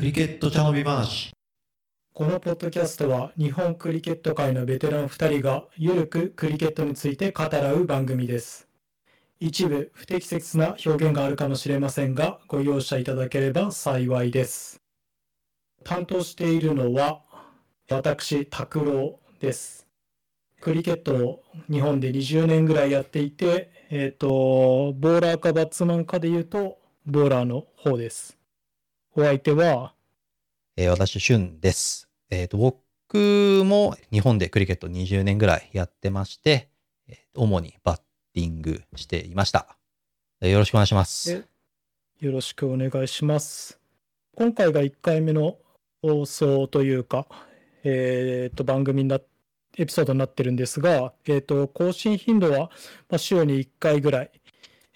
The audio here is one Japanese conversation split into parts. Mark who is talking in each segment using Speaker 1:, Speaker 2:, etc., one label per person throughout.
Speaker 1: リケット茶飲み話。
Speaker 2: このポッドキャストは日本クリケット界のベテラン2人がゆるくクリケットについて語らう番組です。一部不適切な表現があるかもしれませんが、ご容赦いただければ幸いです。担当しているのは私、拓郎です。クリケットを日本で20年ぐらいやっていて、えっ、と、ボーラーかバッツマンかで言うと、ボーラーの方です。お相手は、
Speaker 1: えー私、シュンです。えっ、と、僕も日本でクリケット20年ぐらいやってまして、えー主にバッティングしていました。えーよろしくお願いします
Speaker 2: え。よろしくお願いします。今回が1回目の放送というか、えーと、番組になエピソードになってるんですが、えーと、更新頻度は、まあ、週に1回ぐらい、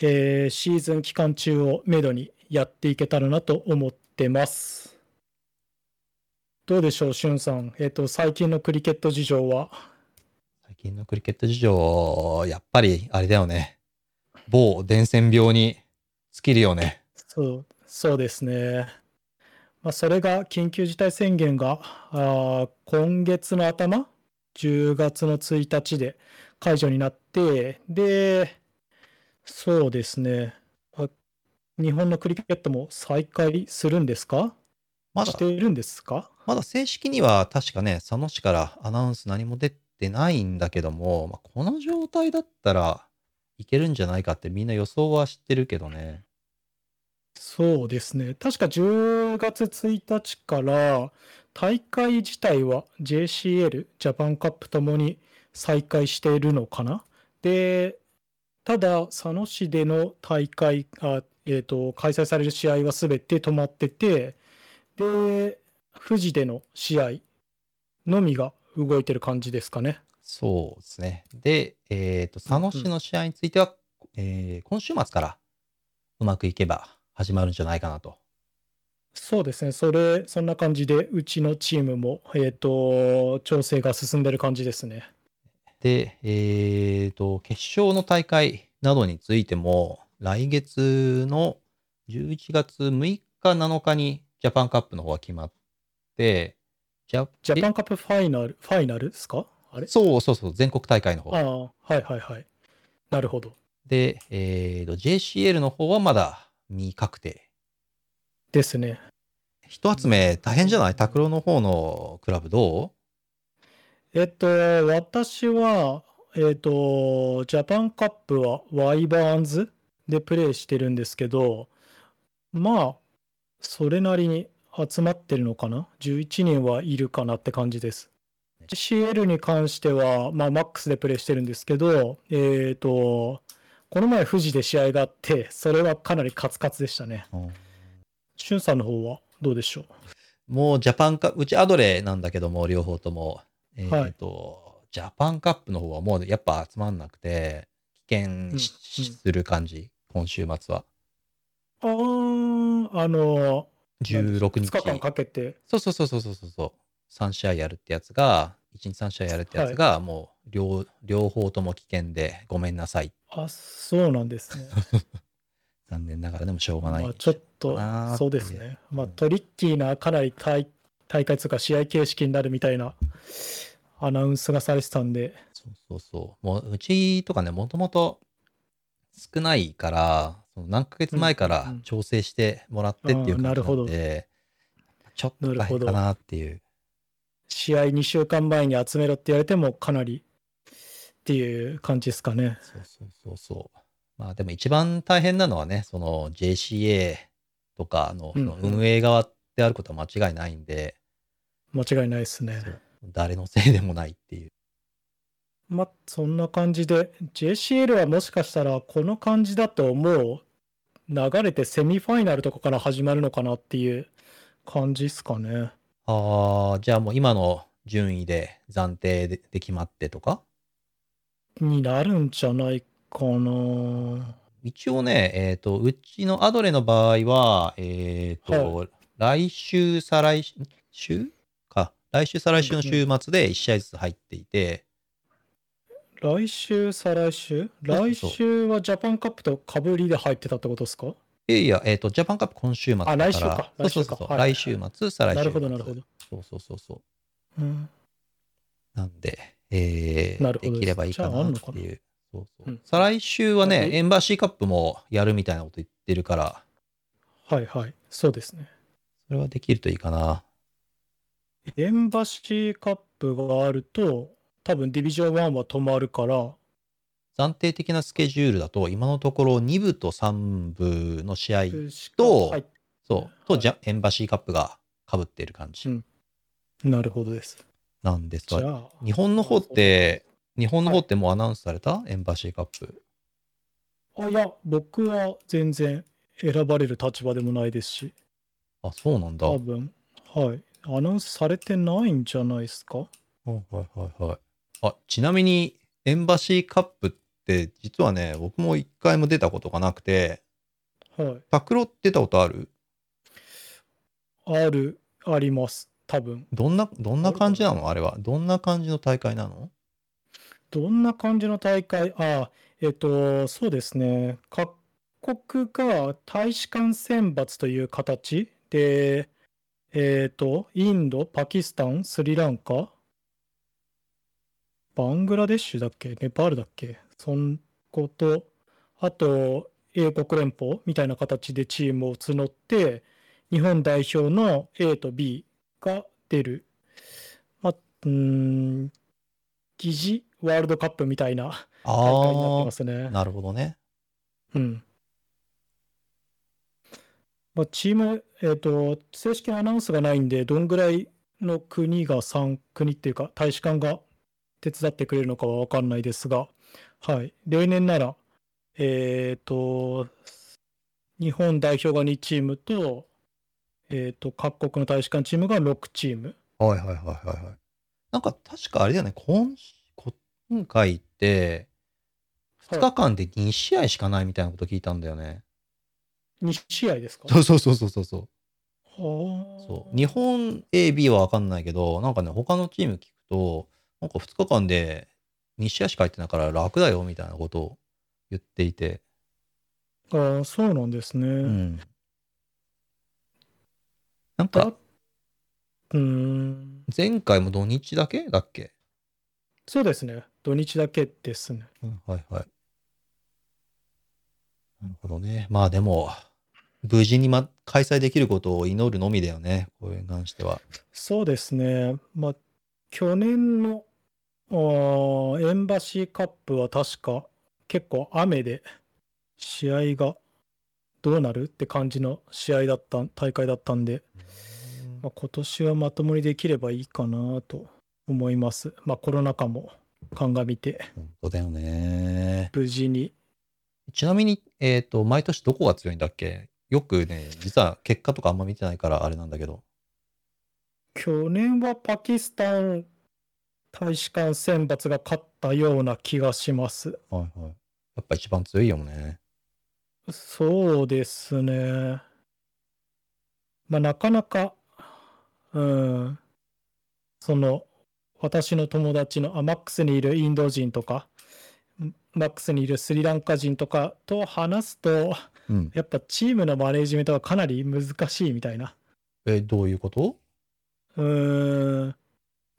Speaker 2: えーシーズン期間中をめどにやっていけたらなと思ってます。どうでしょう、しゅんさん。えーと、最近のクリケット事情は、
Speaker 1: 最近のクリケット事情、やっぱりあれだよね。某伝染病に尽きるよね。
Speaker 2: そう、そうですね。まあ、それが緊急事態宣言が、あー今月の頭、10月の1日で解除になって、で、そうですね。あ日本のクリケットも再開するんですか
Speaker 1: まだ
Speaker 2: して、いるんですか
Speaker 1: まだ正式には確かね、佐野市からアナウンス何も出てないんだけども、まあ、この状態だったらいけるんじゃないかってみんな予想は知ってるけどね。
Speaker 2: そうですね。確か10月1日から大会自体は JCL、ジャパンカップともに再開しているのかなで、ただ佐野市での大会、あ、えーと、開催される試合は全て止まってて、で、富士での試合のみが動いてる感じですかね。
Speaker 1: そうですね。で、えっ、と、佐野市の試合については、えー今週末からうまくいけば始まるんじゃないかなと。
Speaker 2: そうですね。それ、そんな感じで、うちのチームも、えーと、調整が進んでる感じですね。
Speaker 1: で、えっ、と、決勝の大会などについても、来月の11月6日、7日にジャパンカップの方が決まって、ジャ
Speaker 2: ジャパ
Speaker 1: ン
Speaker 2: ンカップファイナル、ファイナルですかあれ
Speaker 1: そうそうそう、全国大会の方
Speaker 2: あ。あ、はいはいはい。なるほど。
Speaker 1: で、えっ、と、JCL の方はまだ未確定。
Speaker 2: ですね。
Speaker 1: 一集め大変じゃない拓郎の方のクラブどう
Speaker 2: えっと、私は、えっと、ジャパンカップはワイバーンズでプレーしてるんですけど、まあ、それなりに集まってるのかな ?11 人はいるかなって感じです。CL に関しては、まあ、マックスでプレーしてるんですけど、えっと、この前富士で試合があって、それはかなりカツカツでしたね。
Speaker 1: うん
Speaker 2: しゅんさんの方はどうでしょう
Speaker 1: もうジャパンカうちアドレなんだけども、両方とも。えっ、
Speaker 2: はい
Speaker 1: と、ジャパンカップの方はもうやっぱ集まんなくて、危険し
Speaker 2: うん
Speaker 1: する感じ、今週末は。
Speaker 2: あーあの
Speaker 1: 16
Speaker 2: 2
Speaker 1: 日。
Speaker 2: 日間かけて
Speaker 1: そうそうそうそうそうそうそう。3試合やるってやつが、1日3試合やるってやつが、もう両,、両方とも危険で、ごめんなさい。
Speaker 2: あそうなんです ね
Speaker 1: 残念ながらでもしょうがな
Speaker 2: まあ
Speaker 1: い。
Speaker 2: ちょっと
Speaker 1: なー
Speaker 2: そうですねまあトリッキーなかなり大大会とか試合形式になるみたいなアナウンスがされてたんで
Speaker 1: そうそうそう。もううちとかね、もともと少ないから、その何ヶ月前か
Speaker 2: うんうん
Speaker 1: ら
Speaker 2: うん
Speaker 1: 調整してもらってっていう感じ
Speaker 2: あーなるほ
Speaker 1: なん
Speaker 2: ど
Speaker 1: で、ちょっと
Speaker 2: なる
Speaker 1: 大
Speaker 2: ほ
Speaker 1: 変
Speaker 2: ど
Speaker 1: かなっていう。
Speaker 2: 試合2週間前に集めろって言われてもかなりっていう感じですかね
Speaker 1: そうそうそうそう。まあでも一番大変なのはね、その JCA とかのその
Speaker 2: うんうん
Speaker 1: 運営側であることは間違いないんで、
Speaker 2: 間違いないですね
Speaker 1: そう誰のせいでもないっていう。
Speaker 2: まあそんな感じで JCL はもしかしたらこの感じだともう流れてセミファイナルとかから始まるのかなっていう感じですかね。
Speaker 1: ああ、じゃあもう今の順位で暫定でで決まってとか
Speaker 2: になるんじゃないかな。
Speaker 1: 一応ね、えっ、と、うちのアドレの場合は、えっ、と、来週、再来週か、来週、再来週の週末で1試合ずつ入っていて、
Speaker 2: 来週、再来週
Speaker 1: そうそう
Speaker 2: 来週はジャパンカップとかぶりで入ってたってことですか
Speaker 1: いやいや、えっ、と、ジャパンカップ今週末だから。
Speaker 2: あ来週か
Speaker 1: そうそうそうそう。来
Speaker 2: 来
Speaker 1: 週
Speaker 2: 週
Speaker 1: 末、再来週末。
Speaker 2: なるほど、なるほど。
Speaker 1: そうそうそうそう。
Speaker 2: うん。
Speaker 1: なんで、えー
Speaker 2: なるほどで
Speaker 1: で
Speaker 2: す
Speaker 1: きればいいか
Speaker 2: じゃああ
Speaker 1: なんっ
Speaker 2: の
Speaker 1: て
Speaker 2: かな
Speaker 1: いう。そうそう
Speaker 2: うん
Speaker 1: 再来週は
Speaker 2: だっ
Speaker 1: ね、
Speaker 2: て
Speaker 1: エンバーシーカップもやるみたいなこと言ってるから、
Speaker 2: はいはい。そうですね。
Speaker 1: それはできるといいかな。
Speaker 2: エンバシーカップがあると、多分ディビジョン1は止まるから、
Speaker 1: 暫定的なスケジュールだと、今のところ2部と3部の試合、
Speaker 2: しか
Speaker 1: と
Speaker 2: はい。
Speaker 1: そう、と
Speaker 2: はい
Speaker 1: ジャ、エンバーシーカップが被ってる感
Speaker 2: う
Speaker 1: じ
Speaker 2: んなるほどです。
Speaker 1: なんです
Speaker 2: じゃ
Speaker 1: が、
Speaker 2: あ、
Speaker 1: 日本の方って、日本の方ってもうアナウンスされた、エンバーシーカップ。
Speaker 2: あいや、僕は全然選ばれる立場でもないですし、
Speaker 1: あ、そうなんだ。
Speaker 2: 多
Speaker 1: はい
Speaker 2: 分、はい。アナウンスされてないんじゃないですか
Speaker 1: はいはいはい。あ、ちなみに、エンバーシーカップって、実はね、僕も一回も出たことがなくて、
Speaker 2: はい。
Speaker 1: 拓郎って出たことある
Speaker 2: ある、あります。多分。
Speaker 1: どんな、どんな感じなのあれは。どんな感じの大会なの
Speaker 2: どんな感じの大会あえっと、そうですね。各国が大使館選抜という形で、えっと、インド、パキスタン、スリランカ、バングラデシュだっけネパールだっけそんこと、あと、英国連邦みたいな形でチームを募って、日本代表の A と B が出る。まあ、うーん、疑似ワールドカップみたいな大会になって
Speaker 1: あ
Speaker 2: ます
Speaker 1: あ、
Speaker 2: ね。
Speaker 1: なるほどね。
Speaker 2: うん。まあ、チーム、えっ、と、正式なアナウンスがないんで、どんぐらいの国が参、国っていうか、大使館が手伝ってくれるのかは分かんないですが、はい。例年なら、えっ、と、日本代表が2チームと、えっ、と、各国の大使館チームが6チーム。
Speaker 1: はいはいはいはいはい。なんか確かあれだよね、今しこ今回って、2日間で2試合しかないみたいなこと聞いたんだよね。
Speaker 2: 2試合ですか
Speaker 1: そうそうそうそうそうそう。
Speaker 2: そ
Speaker 1: そう日本 A、B は分かんないけど、なんかね、他のチーム聞くと、なんか2日間で2試合しか入ってないから楽だよみたいなことを言っていて。
Speaker 2: ああ、そうなんですね。
Speaker 1: うん。なん
Speaker 2: だ
Speaker 1: か、
Speaker 2: うーん。
Speaker 1: 前回も土日だけだっけ
Speaker 2: そうですね。土日だけですね。
Speaker 1: うんはいはい。なるほどね。まあでも、無事に、ま、開催できることを祈るのみだよね、これに関しては。
Speaker 2: そうですね。まあ、去年の、あーエンバシーカップは確か結構雨で試合がどうなるって感じの試合だった、大会だったんで、まあ、今年はまともにできればいいかなと思います。まあ、コロナ禍も鑑みて、
Speaker 1: 本当だよね。
Speaker 2: 無事に。
Speaker 1: ちなみに、えっ、と、毎年どこが強いんだっけよくね、実は結果とかあんま見てないからあれなんだけど。
Speaker 2: 去年はパキスタン大使館選抜が勝ったような気がします。
Speaker 1: はいはい。やっぱ一番強いよね。
Speaker 2: そうですね。まあ、なかなか、うん、その、私の友達の、あ、マックスにいるインド人とか、んマックスにいるスリランカ人とかと話すと、
Speaker 1: うん。
Speaker 2: やっぱチームのマネージメントがかなり難しいみたいな。
Speaker 1: え、どういう こと
Speaker 2: うーん、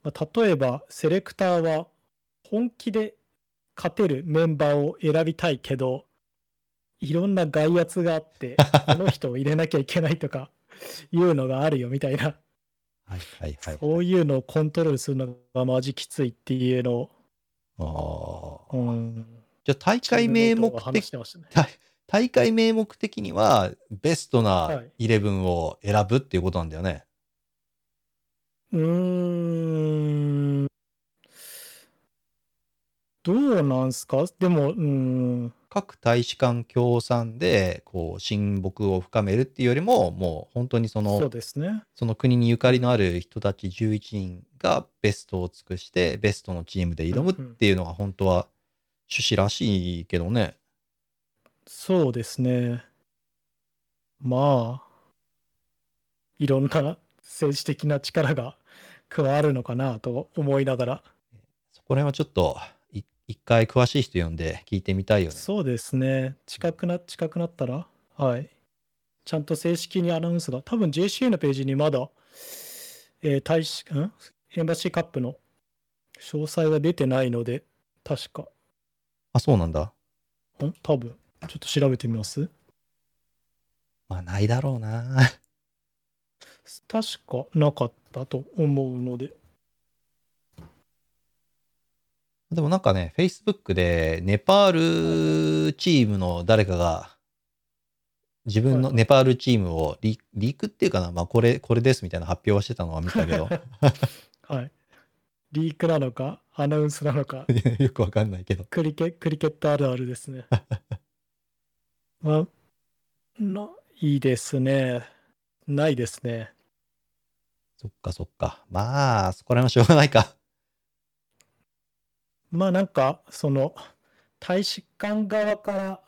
Speaker 2: まあ例えばセレクターは本気で勝てるメンバーを選びたいけど、いろんな外圧があ って、この人を入れなきゃいけないとかいうのがあるよみたいな、
Speaker 1: はいはいはい。
Speaker 2: そういうのをコントロールするのがマジきついっていうのを、
Speaker 1: ああ。
Speaker 2: うん、
Speaker 1: じゃあ大会名目
Speaker 2: チームメイトが話
Speaker 1: 的
Speaker 2: してましたね。
Speaker 1: 大大会名目的にはベスト
Speaker 2: は
Speaker 1: ないイレブンを選ぶっていうことなんだよね。
Speaker 2: うーん、どうなんすかでも、うん、
Speaker 1: 各大使館協賛でこう親睦を深めるっていうよりももう本当にそ
Speaker 2: そう
Speaker 1: の
Speaker 2: ですね。
Speaker 1: その国にゆかりのある人たち11人がベストを尽くしてベストのチームで挑むっていうのが本当は趣旨らしいけどね。
Speaker 2: そうですね。まあ、いろんな政治的な力が加わるのかなと思いながら。
Speaker 1: そこら辺はちょっとい一回詳しい人呼んで聞いてみたいよね。
Speaker 2: そうですね。近くな、近くなったら、はい。ちゃんと正式にアナウンスが、多分 JCA のページにまだ、えー大使、んエンバシーカップの詳細が出てないので、確か。
Speaker 1: あ、そうなんだ。
Speaker 2: ん多分。ちょっと調べてみます
Speaker 1: まあ、ないだろうな。
Speaker 2: 確かなかったと思うので。
Speaker 1: でもなんかね、Facebook で、ネパールチームの誰かが、自分の
Speaker 2: はい
Speaker 1: ネパールチームをリリークっていうかな、まあ、これ、これですみたいな発表はしてたのは見た けど、
Speaker 2: はい。リークなのか、アナウンスなのか、
Speaker 1: よくわかんないけど。
Speaker 2: クリケ、クリケットあるあるです ね。まあ、ないですね。ないですね。
Speaker 1: そっかそっか。まあ、そこら辺はしょうがないか。
Speaker 2: まあなんか、その、大使館側から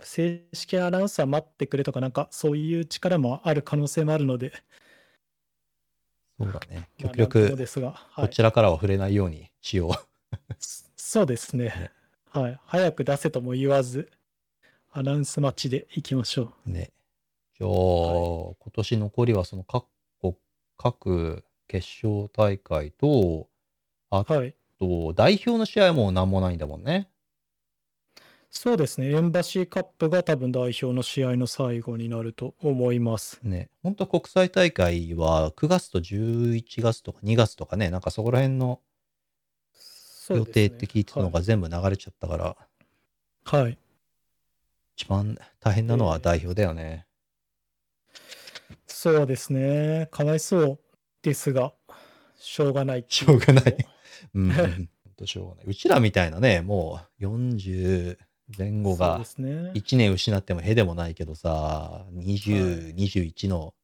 Speaker 2: 正式アナウンサー待ってくれとか、なんかそういう力もある可能性もあるので、
Speaker 1: そうだね。
Speaker 2: まあ
Speaker 1: 極
Speaker 2: なんとも
Speaker 1: 力、
Speaker 2: ですが、は
Speaker 1: こ
Speaker 2: い。
Speaker 1: ちらからは触れないようにしよう。
Speaker 2: そそうですね
Speaker 1: ね。
Speaker 2: はい。早く出せとも言わず、アナウンス待ちで行きましょ う。
Speaker 1: ね。じゃあ、
Speaker 2: は
Speaker 1: 今年残りはその各国、各決勝大会と、あ
Speaker 2: はい。
Speaker 1: と、代表の試合はもう何もないんだもんね。
Speaker 2: そうですね。エンバシーカップが多分代表の試合の最後になると思います。
Speaker 1: ね。本当は国際大会は9月と11月とか2月とかね、なんかそこら辺の
Speaker 2: そう
Speaker 1: 予
Speaker 2: ですね
Speaker 1: 定って聞いてたのが全部流れちゃったから、
Speaker 2: はい。はい
Speaker 1: 一番大変なのは代表だよね。
Speaker 2: そうですね。かわいそうですが、しょうがないってい
Speaker 1: しょうが ない
Speaker 2: とこ
Speaker 1: うん。本当しょうがない。うちらみたいなね、もう40前後
Speaker 2: そう
Speaker 1: が
Speaker 2: ですね。
Speaker 1: 1年失ってもへでもないけどさ、20、21の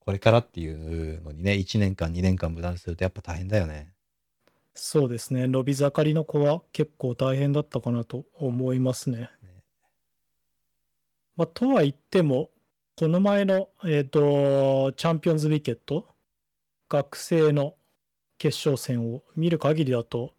Speaker 1: これからっていうのにね、1年間、2年間無駄にするとやっぱ大変だよね。
Speaker 2: そうですね。伸び盛りの子は結構大変だったかなと思いますね。まあ、とは言っても、この前の、えっ、と、チャンピオンズウィケット、学生の決勝戦を見る限りだと、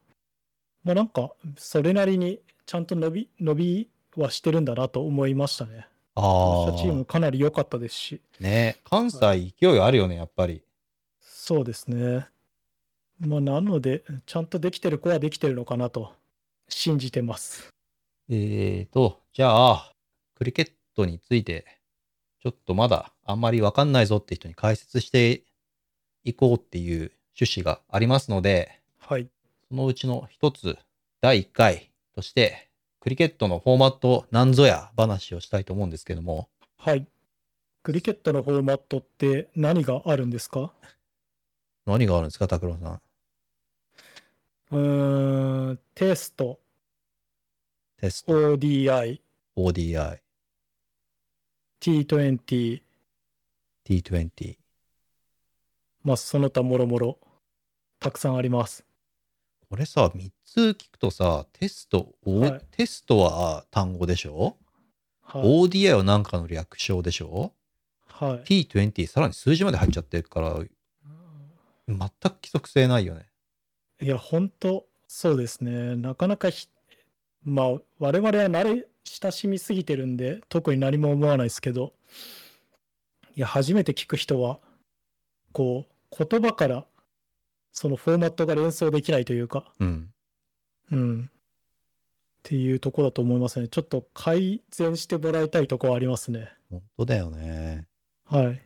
Speaker 2: まあ、なんか、それなりにちゃんと伸び、伸びはしてるんだなと思いましたね。
Speaker 1: あ
Speaker 2: こうしたチーム
Speaker 1: あ、
Speaker 2: かなり良かったですし、
Speaker 1: ね関西勢いあるよね、やっぱり。
Speaker 2: そうですね。まあ、なので、ちゃんとできてる子はできてるのかなと信じてます。
Speaker 1: えーと、じゃあ、クリケットについて、ちょっとまだあんまりわかんないぞって人に解説していこうっていう趣旨がありますので、
Speaker 2: はい。
Speaker 1: そのうちの一つ、第1回として、クリケットのフォーマットなんぞや話をしたいと思うんですけども、
Speaker 2: はい。クリケットのフォーマットって何があるんですか
Speaker 1: 何があるんですか、拓郎さん。
Speaker 2: うーん、テスト、
Speaker 1: テスト、
Speaker 2: ODI、
Speaker 1: ODI、
Speaker 2: T20、
Speaker 1: T20。
Speaker 2: まあ、その他もろもろ、たくさんあります。
Speaker 1: これさ、3つ聞くとさ、テスト、O-
Speaker 2: はい
Speaker 1: テストは単語でしょ、
Speaker 2: はい。
Speaker 1: ?ODI は何かの略称でしょ
Speaker 2: はい、
Speaker 1: ?T20、さらに数字まで入っちゃってるから、全く規則性ないよね。
Speaker 2: いや、本当そうですね。なかなかひ、まあ、我々は慣れ親しみすぎてるんで、特に何も思わないですけど、いや、初めて聞く人は、こう、言葉から、そのフォーマットが連想できないというか、
Speaker 1: うん。
Speaker 2: うん。っていうとこだと思いますね。ちょっと改善してもらいたいとこはありますね。
Speaker 1: 本当だよね。
Speaker 2: はい。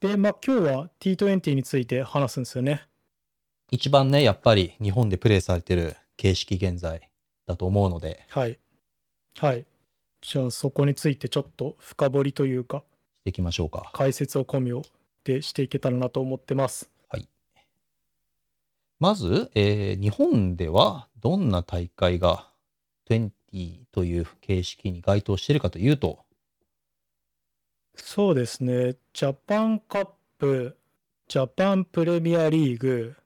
Speaker 2: で、まあ今日は T20 について話すんですよね。
Speaker 1: 一番ね、やっぱり日本でプレイされてる形式現在だと思うので、
Speaker 2: はい。はい。じゃあそこについてちょっと深掘りというか
Speaker 1: していきましょうか。
Speaker 2: 解説を込みをでしていけたらなと思ってます。
Speaker 1: まず、えー日本ではどんな大会が20という形式に該当しているかというと、
Speaker 2: そうですね。ジャパンカップ、ジャパンプレミアリーグ、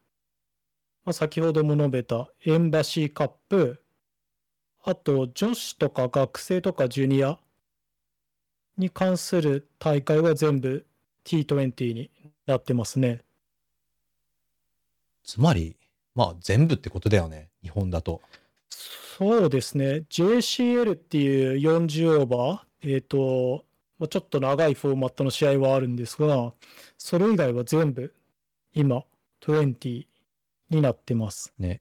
Speaker 2: まあ、先ほども述べたエンバシーカップ、あと女子とか学生とかジュニアに関する大会は全部 T20 になってますね。
Speaker 1: つまり、まあ全部ってことだよね、日本だと。
Speaker 2: そうですね、JCL っていう40オーバー、えっ、と、ままあちょっと長いフォーマットの試合はあるんですが、それ以外は全部、今、20になってます。
Speaker 1: ね。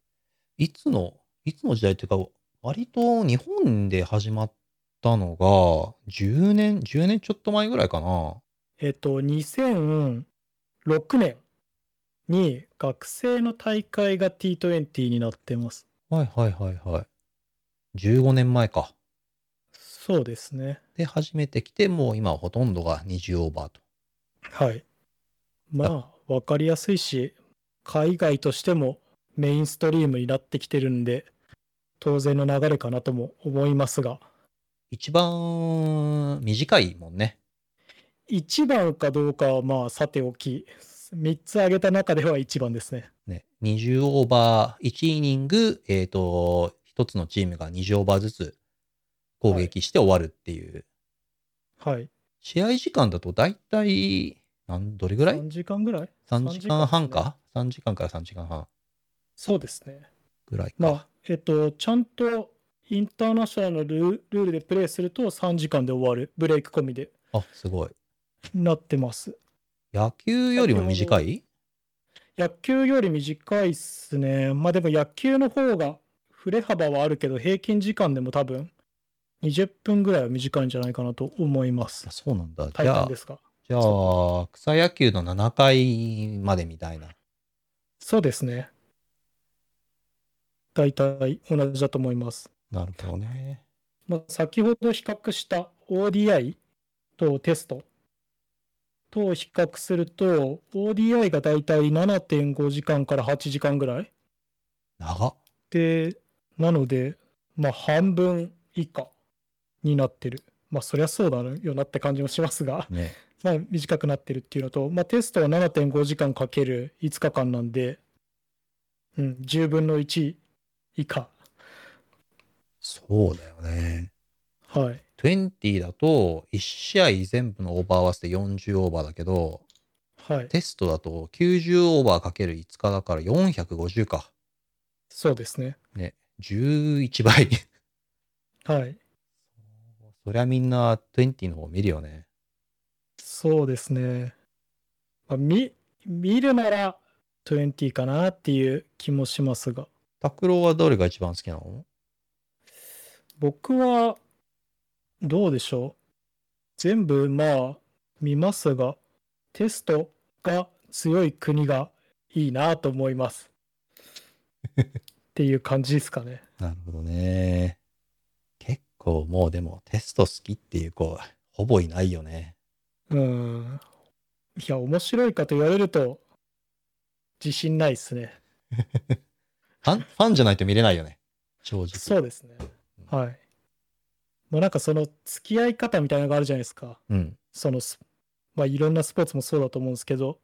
Speaker 1: いつの、いつの時代っていうか、割と日本で始まったのが、10年、10年ちょっと前ぐらいかな。
Speaker 2: えっと、2006年に学生の大会が T20 になってます。
Speaker 1: はいはいはいはい。15年前か。
Speaker 2: そうですね。
Speaker 1: で、初めて来て、もう今はほとんどが20オーバーと。
Speaker 2: はい。まあ、わかりやすいし、海外としてもメインストリームになってきてるんで、当然の流れかなとも思いますが、
Speaker 1: 一番短いもんね。
Speaker 2: 1番かどうかはまあ、さておき、3つ挙げた中では1番ですね。
Speaker 1: ね、20オーバー、1イニング、えっ、と、1つのチームが20オーバーずつ攻撃して終わるっていう。
Speaker 2: はい。
Speaker 1: 試合時間だと大体、なんどれぐらい
Speaker 2: 3時間ぐらい
Speaker 1: ?3 時間半
Speaker 2: ですね
Speaker 1: か ?3 時間から3時間半
Speaker 2: そうですね。
Speaker 1: ぐらいか。
Speaker 2: まあ、えっと、ちゃんとインターナショナルのルルールでプレイすると3時間で終わる、ブレイク込みで
Speaker 1: あ、すごい。
Speaker 2: なってます。
Speaker 1: 野球よりも短い
Speaker 2: 野球より短いっすね。まあでも野球の方が振れ幅はあるけど、平均時間でも多分20分ぐらいは短いんじゃないかなと思います
Speaker 1: あ。そうなんだ。じ
Speaker 2: 体
Speaker 1: ゃあ
Speaker 2: 感で、すか。
Speaker 1: じゃあ、草野球の7回までみたいな。
Speaker 2: そうですね。大体同じだと思います。
Speaker 1: なるほどね。
Speaker 2: まあ、先ほど比較した ODI とテストと比較すると ODI がだいたい7.5時間から8時間ぐらい
Speaker 1: 長っ。
Speaker 2: でなのでまあ半分以下になってるまあそりゃそうだよなって感じもしますが
Speaker 1: ね。
Speaker 2: まあ短くなってるっていうのと、まあ、テストは7.5時間かける5日間なんで、うん、10分の1以下
Speaker 1: そうだよね。
Speaker 2: はい
Speaker 1: 20だと、1試合全部のオーバー合わせて40オーバーだけど、
Speaker 2: はい
Speaker 1: テストだと90オーバーかける5日だから450か。
Speaker 2: そうですね
Speaker 1: 11倍。
Speaker 2: はい
Speaker 1: そりゃみんな20の方見るよね。
Speaker 2: そうですね。まあ、見、見るなら20かなっていう気もしますが、
Speaker 1: 拓郎はどれが一番好きなの
Speaker 2: 僕はどうでしょう。全部まあ見ますが、テストが強い国がいいなと思います。っていう感じですかね。
Speaker 1: なるほどね。結構もうでもテスト好きっていう子はほぼいないよね。
Speaker 2: うん。いや、面白いかと言われると、自信ないですね。
Speaker 1: ファン、ファンじゃないと見れないよね。正直。
Speaker 2: そうですね。はい。まあなんかその付き合い方みたいなのがあるじゃないですか。
Speaker 1: うん。
Speaker 2: そのス、まあいろんなスポーツもそうだと思うんですけど、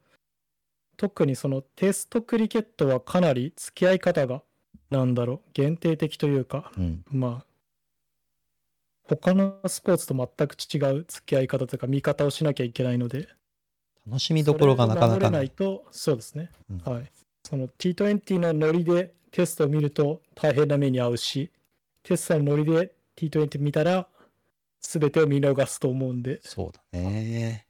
Speaker 2: 特にそのテストクリケットはかなり付き合い方が、なんだろう、限定的というか、
Speaker 1: うん。
Speaker 2: まあ、他のスポーツと全く違う付き合い方というか見方をしなきゃいけないので、
Speaker 1: 楽しみどころがなかな
Speaker 2: それ
Speaker 1: か
Speaker 2: を守れ
Speaker 1: な
Speaker 2: ない
Speaker 1: い。
Speaker 2: と、そうですね。
Speaker 1: うん
Speaker 2: はい。その T20 のノリでテストを見ると大変な目に遭うし、テストのノリで T20 見たら全てを見逃すと思うんで、っ
Speaker 1: そうだね。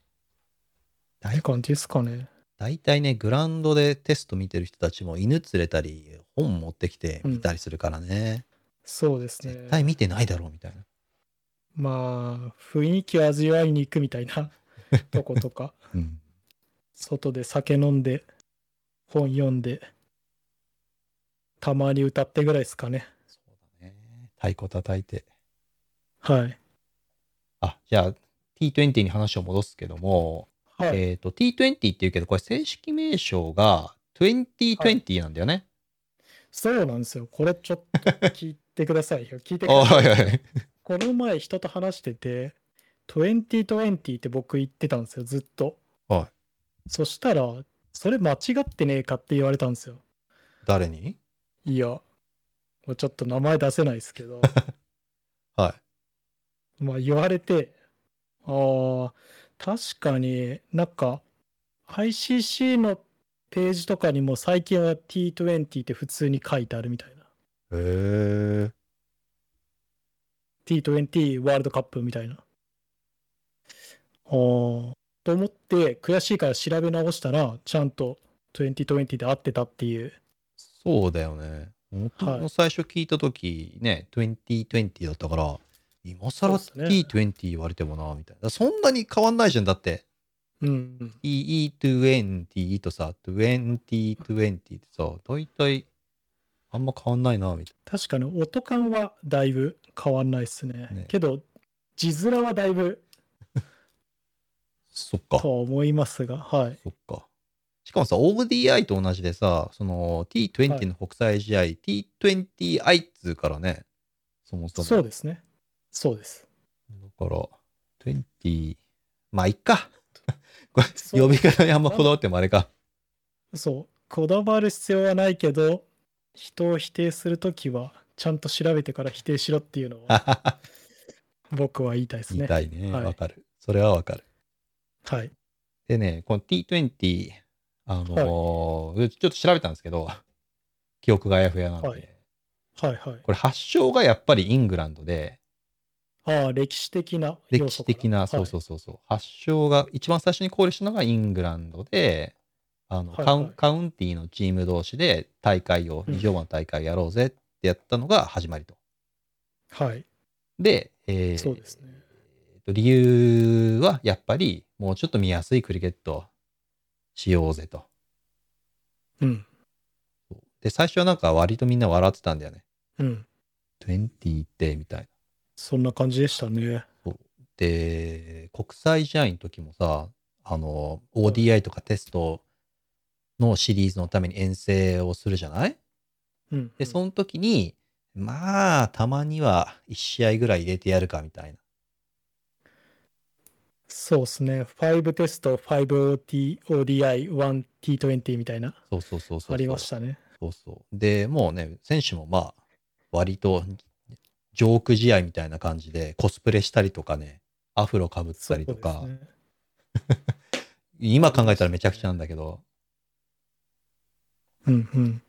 Speaker 1: だ
Speaker 2: て
Speaker 1: い
Speaker 2: 感じですかね。
Speaker 1: 大体ね、グラウンドでテスト見てる人たちも犬連れたり、本持ってきて見たりするからね。
Speaker 2: そうですね
Speaker 1: 絶。対見てないだろうみたいな。
Speaker 2: まあ、雰囲気を味わいに行くみた いなとことか、
Speaker 1: うん。
Speaker 2: 外で酒飲んで、本読んで、たまに歌ってぐらいですかね。
Speaker 1: そうだね。太鼓叩いて。
Speaker 2: はい。
Speaker 1: あ、じゃあ T20 に話を戻すけども、
Speaker 2: はい。
Speaker 1: えっ、と T20 っていうけど、これ正式名称が2020なんだよね。
Speaker 2: そうなんですよ。これちょっと聞いてくださ いよ。聞いてく
Speaker 1: お
Speaker 2: だ
Speaker 1: いお
Speaker 2: さい。
Speaker 1: いおい。
Speaker 2: この前人と話してて、2020って僕言ってたんですよ、ずっと。。
Speaker 1: はい
Speaker 2: そしたら、それ間違ってねえかって言われたんですよ。
Speaker 1: 誰に
Speaker 2: いや、もうちょっと名前出せないですけど、
Speaker 1: は
Speaker 2: まあ言われて、ああ、確かになんか ICC のページとかにも最近は T20 って普通に書いてあるみたいな。
Speaker 1: い。へえ。
Speaker 2: T20 ワールドカップみたいな。あーと思って、悔しいから調べ直したら、ちゃんと2020で合ってたっていう。
Speaker 1: そうだよね。元
Speaker 2: はい
Speaker 1: の最初聞いた時ね、2020だったから、今更
Speaker 2: そうですね
Speaker 1: T20 言われてもな、みたいな。そんなに変わんないじゃん。だって、
Speaker 2: うん。
Speaker 1: E20 とさ、2020ってさ、大体、あんま変わんないな、みたい
Speaker 2: 確かに音感はだいぶ変わんないっすね。
Speaker 1: ね
Speaker 2: けど、字面はだいぶ
Speaker 1: な。そっ
Speaker 2: と
Speaker 1: か
Speaker 2: は。思いますが、はい。
Speaker 1: そっか。しかもさ、ODI と同じでさ、その T20 の国際試合、T20I っつうからね、そもそも。
Speaker 2: そうですね。そうです。
Speaker 1: だから、20、まあ、いっ か。こ
Speaker 2: そう
Speaker 1: れ、呼び方にあんまこだわってもあれか。
Speaker 2: そう。こだわる必要はないけど、人を否定するときは、ちゃんと調べてから否定しろっていうのは、僕は言いたいです
Speaker 1: 言い
Speaker 2: ね。
Speaker 1: たいね。
Speaker 2: は
Speaker 1: わ、
Speaker 2: い
Speaker 1: かる。それはわかる。
Speaker 2: はい。
Speaker 1: でね、この T20、あのーちょっと調べたんですけど、記憶があやふやなんで、
Speaker 2: はいはいはい。
Speaker 1: これ発祥がやっぱりイングランドで、
Speaker 2: ああ、歴史的な要
Speaker 1: 歴
Speaker 2: 素
Speaker 1: 史
Speaker 2: か
Speaker 1: 的な、そうそうそうそう、発祥が、一番最初に考慮したのがイングランドで、あの
Speaker 2: はいはい
Speaker 1: カウンカウンティのチーム同士で大会を、
Speaker 2: うん
Speaker 1: 二条馬の大会やろうぜってやったのが始まりと。
Speaker 2: はい。はい。
Speaker 1: で、えー
Speaker 2: そうですね。
Speaker 1: えーと理由はやっぱり、もうちょっと見やすいクリケットをしようぜと。
Speaker 2: うん。
Speaker 1: で、最初はなんか割とみんな笑ってたんだよね。
Speaker 2: うん。
Speaker 1: 20ってみたいな。
Speaker 2: そんな感じでしたね。
Speaker 1: で、国際試合の時もさ、あの、ODI とかテストのシリーズのために遠征をするじゃない
Speaker 2: うん。
Speaker 1: で、その時に、まあ、たまには1試合ぐらい入れてやるかみたいな。
Speaker 2: そうですね。5テスト、5OT、ODI、1T20 みたいな、
Speaker 1: そうそうそうそう。
Speaker 2: ありましたね。
Speaker 1: そうそう。で、もうね、選手もまあ、割と、ジョーク試合みたいな感じで、コスプレしたりとかね、アフロかぶったりとか、
Speaker 2: そうですね
Speaker 1: 今考えたらめちゃくちゃなんだけど、
Speaker 2: うんうん。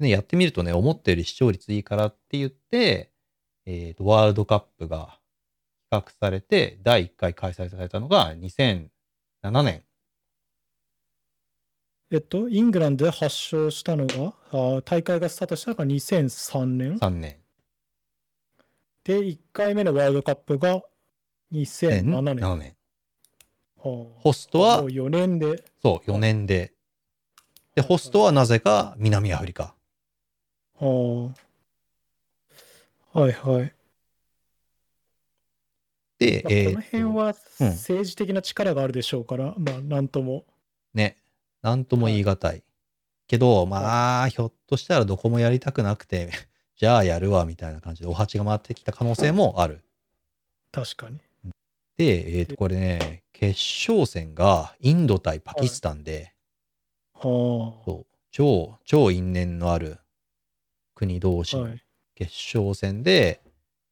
Speaker 1: ね、やってみるとね、思ったより視聴率いいからって言って、えーと、ワールドカップが企画されて、第1回開催されたのが2007年。
Speaker 2: えっと、イングランドで発祥したのが、あー大会がスタートしたのが2003年。
Speaker 1: 3年。
Speaker 2: で、1回目のワールドカップが2007年。
Speaker 1: 7年。
Speaker 2: あー
Speaker 1: ホストは
Speaker 2: もう、4年で、
Speaker 1: そう、4年で。で、ホストはなぜか南アフリカ。
Speaker 2: あーはいはい。
Speaker 1: で、
Speaker 2: まあ
Speaker 1: えー
Speaker 2: この辺は
Speaker 1: うん
Speaker 2: 政治的な力があるでしょうから、まあ、なんとも。
Speaker 1: ね、なんとも言い難い。けど、まあ、ひょっとしたらどこもやりたくなくて、じゃあやるわ、みたいな感じで、お鉢が回ってきた可能性もある。
Speaker 2: 確かに。
Speaker 1: で、えーと、これね、決勝戦がインド対パキスタンで、
Speaker 2: あー
Speaker 1: そう超、超因縁のある国同士
Speaker 2: は
Speaker 1: の
Speaker 2: い。
Speaker 1: 決勝戦で、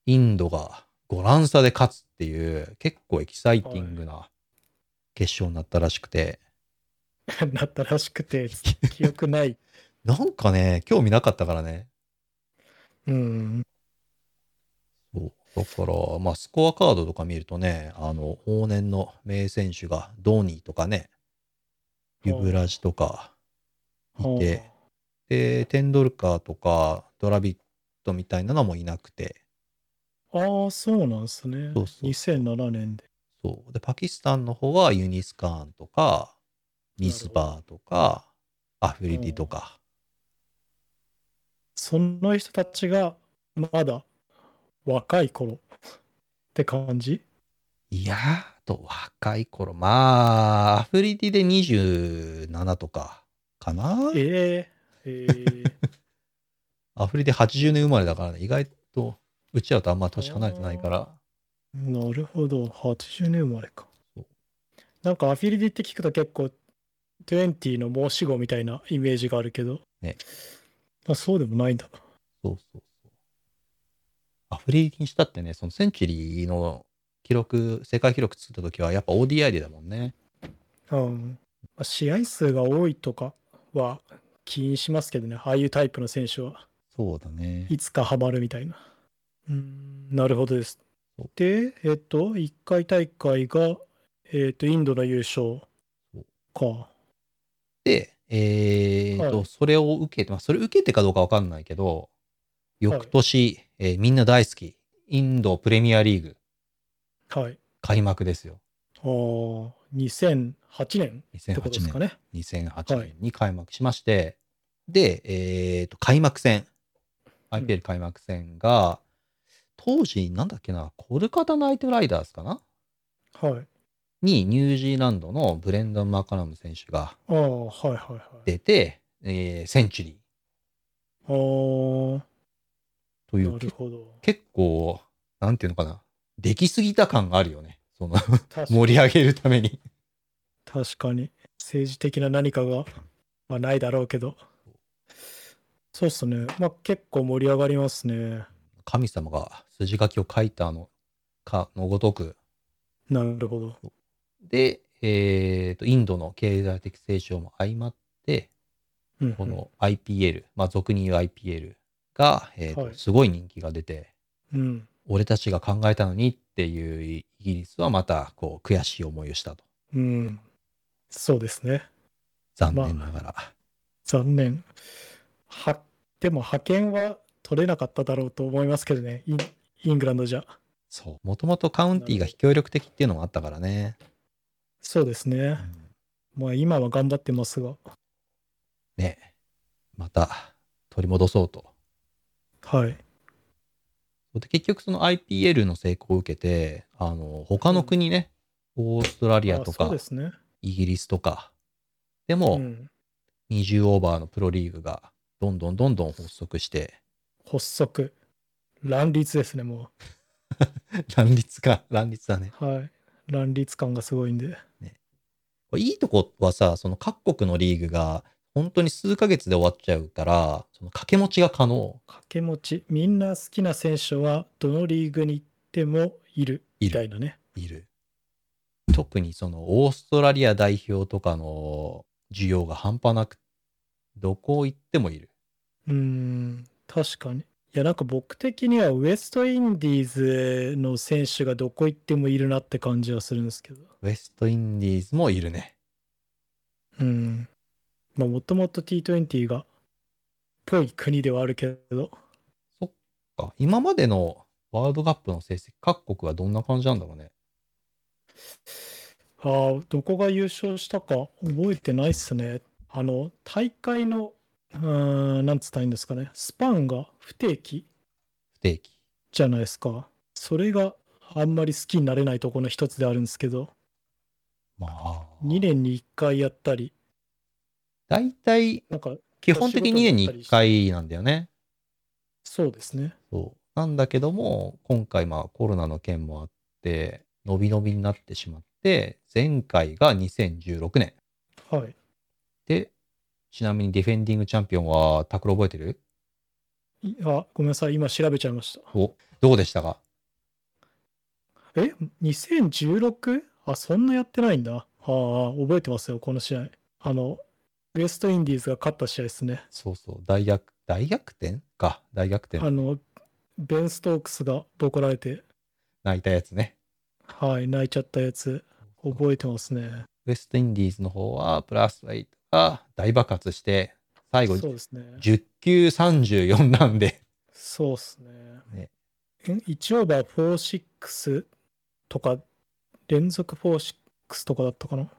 Speaker 1: インドが5乱差で勝つっていう、結構エキサイティングな決勝になったらしくて、
Speaker 2: なったらしくて、記憶ない。
Speaker 1: なんかね、興味なかったからね、
Speaker 2: うん。
Speaker 1: そうだから、まあ、スコアカードとか見るとね、あの、往年の名選手が、ドーニーとかね、ユブラジとか、いて、で、テンドルカーとか、ドラビットみたいなのもいなくて、
Speaker 2: あーあー、そうなんですね。
Speaker 1: そうそう
Speaker 2: 2007年で。
Speaker 1: そう。で、パキスタンの方はユニスカーンとか、ミスバーとか、アフリディとか、
Speaker 2: その人たちが、まだ若い頃って感じ
Speaker 1: いやー、あと若い頃、まあ、アフリディで27とか、かな
Speaker 2: えええ ー
Speaker 1: アフリディ80年生まれだからね、意外と、うちらとあんま年離れてないから、
Speaker 2: なるほど。80年生まれか
Speaker 1: そう。
Speaker 2: なんかアフィリティって聞くと結構、20の申し子みたいなイメージがあるけど。
Speaker 1: ね
Speaker 2: あそうでもないんだ。
Speaker 1: そうそうそう。アフリディにしたってね、そのセンチュリーの記録、世界記録作った時は、やっぱ ODI でだもんね。
Speaker 2: うん。まあ試合数が多いとかは気にしますけどね。ああいうタイプの選手は。
Speaker 1: そうだね。
Speaker 2: いつかハマるみたいな。うーん、なるほどです。で、えっと、1回大会が、えっと、インドの優勝か。
Speaker 1: で、えーと、
Speaker 2: はい
Speaker 1: それを受けて、まあ、それ受けてかどうかわかんないけど、翌年、えーみんな大好き、インドプレミアリーグ
Speaker 2: はい。
Speaker 1: 開幕ですよ。
Speaker 2: あー2008年ってこと
Speaker 1: 2008
Speaker 2: です
Speaker 1: 年
Speaker 2: か。ね。
Speaker 1: 2008
Speaker 2: はい
Speaker 1: 年に開幕しまして、で、えーと、開幕戦、
Speaker 2: ん
Speaker 1: IPL 開幕戦が、当時、なんだっけな、コルカタナイトライダーズかな
Speaker 2: はい。
Speaker 1: にニュージーランドのブレンダン・マカラム選手が
Speaker 2: ああ、はいはいはい。
Speaker 1: 出て、えーセンチュリー
Speaker 2: あー
Speaker 1: という
Speaker 2: なるほど。
Speaker 1: 結構、なんていうのかな、できすぎた感があるよね。その
Speaker 2: 確か
Speaker 1: 盛り上げるために。
Speaker 2: 確かに。政治的な何かが、まあ、ないだろうけど。そうっすね。まあ、結構盛り上がりますね。
Speaker 1: 神様が筋書きを書いたのかのごとく。
Speaker 2: なるほど。
Speaker 1: で、えーと、インドの経済的成長も相まって、
Speaker 2: うん、
Speaker 1: この IPL、まあ俗に言う IPL が、えーと
Speaker 2: はい
Speaker 1: すごい人気が出て、
Speaker 2: うん。
Speaker 1: 俺たちが考えたのにっていうイギリスはまたこう悔しい思いをしたと。
Speaker 2: うん。そうですね。
Speaker 1: 残念ながら。
Speaker 2: 残念。は、でも派遣は取れなかっただろうと思いますけどね。インイングランドじゃ。
Speaker 1: そう。もともとカウンティが非協力的っていうのもあったからね。
Speaker 2: そうですね。まあ、今は頑張ってますが。
Speaker 1: ね、また取り戻そうと。
Speaker 2: はい。
Speaker 1: で結局その IPL の成功を受けて、あの他の国ね、オーストラリアと
Speaker 2: あそ
Speaker 1: か
Speaker 2: うですね。
Speaker 1: イギリスとかで
Speaker 2: う
Speaker 1: も
Speaker 2: ん。
Speaker 1: 20オーバーのプロリーグがどんどんどんどん発足して、
Speaker 2: 発足。乱立ですね、も
Speaker 1: 乱立か、乱立だね。
Speaker 2: う。はい。乱立感がすごいんで。
Speaker 1: いいとこはさ、その各国のリーグが本当に数ヶ月で終わっちゃうから、その掛け持ちが可能、
Speaker 2: 掛け持ち。みんな好きな選手は、どのリーグに行ってもいる。
Speaker 1: い
Speaker 2: み
Speaker 1: る
Speaker 2: たいなね。
Speaker 1: いる。特にそのオーストラリア代表とかの需要が半端なく、どこ行ってもいる。
Speaker 2: うーん。確かに。いや、なんか僕的には、ウエストインディーズの選手がどこ行ってもいるなって感じはするんですけど。
Speaker 1: ウェストインディーズもいるね。
Speaker 2: うん。まあ、もともと T20 が、ぽい国ではあるけど。
Speaker 1: あ今までのワールドカップの成績、各国はどんな感じなんだろうね。
Speaker 2: ああ、どこが優勝したか覚えてないっすね。あの、大会の、うーん、なんつったらいいんですかね。スパンが不定期
Speaker 1: 不定期。
Speaker 2: じゃないですか。それがあんまり好きになれないところの一つであるんですけど、
Speaker 1: まあ、
Speaker 2: 2年に1回やったり、
Speaker 1: 大体、
Speaker 2: なんか、
Speaker 1: 基本的に2年に1回なんだよね。
Speaker 2: そうですね。
Speaker 1: そう。なんだけども、今回まあコロナの件もあって、伸び伸びになってしまって、前回が2016年。
Speaker 2: はい。
Speaker 1: で、ちなみにディフェンディングチャンピオンは、タクロ覚えてる
Speaker 2: いあ、ごめんなさい。今調べちゃいました。
Speaker 1: お、どうでしたか
Speaker 2: え ?2016? あ、そんなやってないんだ。ああ、覚えてますよ、この試合。あの、ウエストインディーズが勝った試合ですね。
Speaker 1: そうそう、大逆、大逆転か。大逆
Speaker 2: あ
Speaker 1: 転。
Speaker 2: の、ベン・ストークスがボコられて、
Speaker 1: 泣いたやつね。
Speaker 2: はい、泣いちゃったやつ、覚えてますね。
Speaker 1: ウェストインディーズの方は、プラス8が大爆発して、最後、
Speaker 2: そうですね。
Speaker 1: 10球34なんで、
Speaker 2: そうですね
Speaker 1: ね。
Speaker 2: え1オーバー4-6とか、連続4-6とかだったかな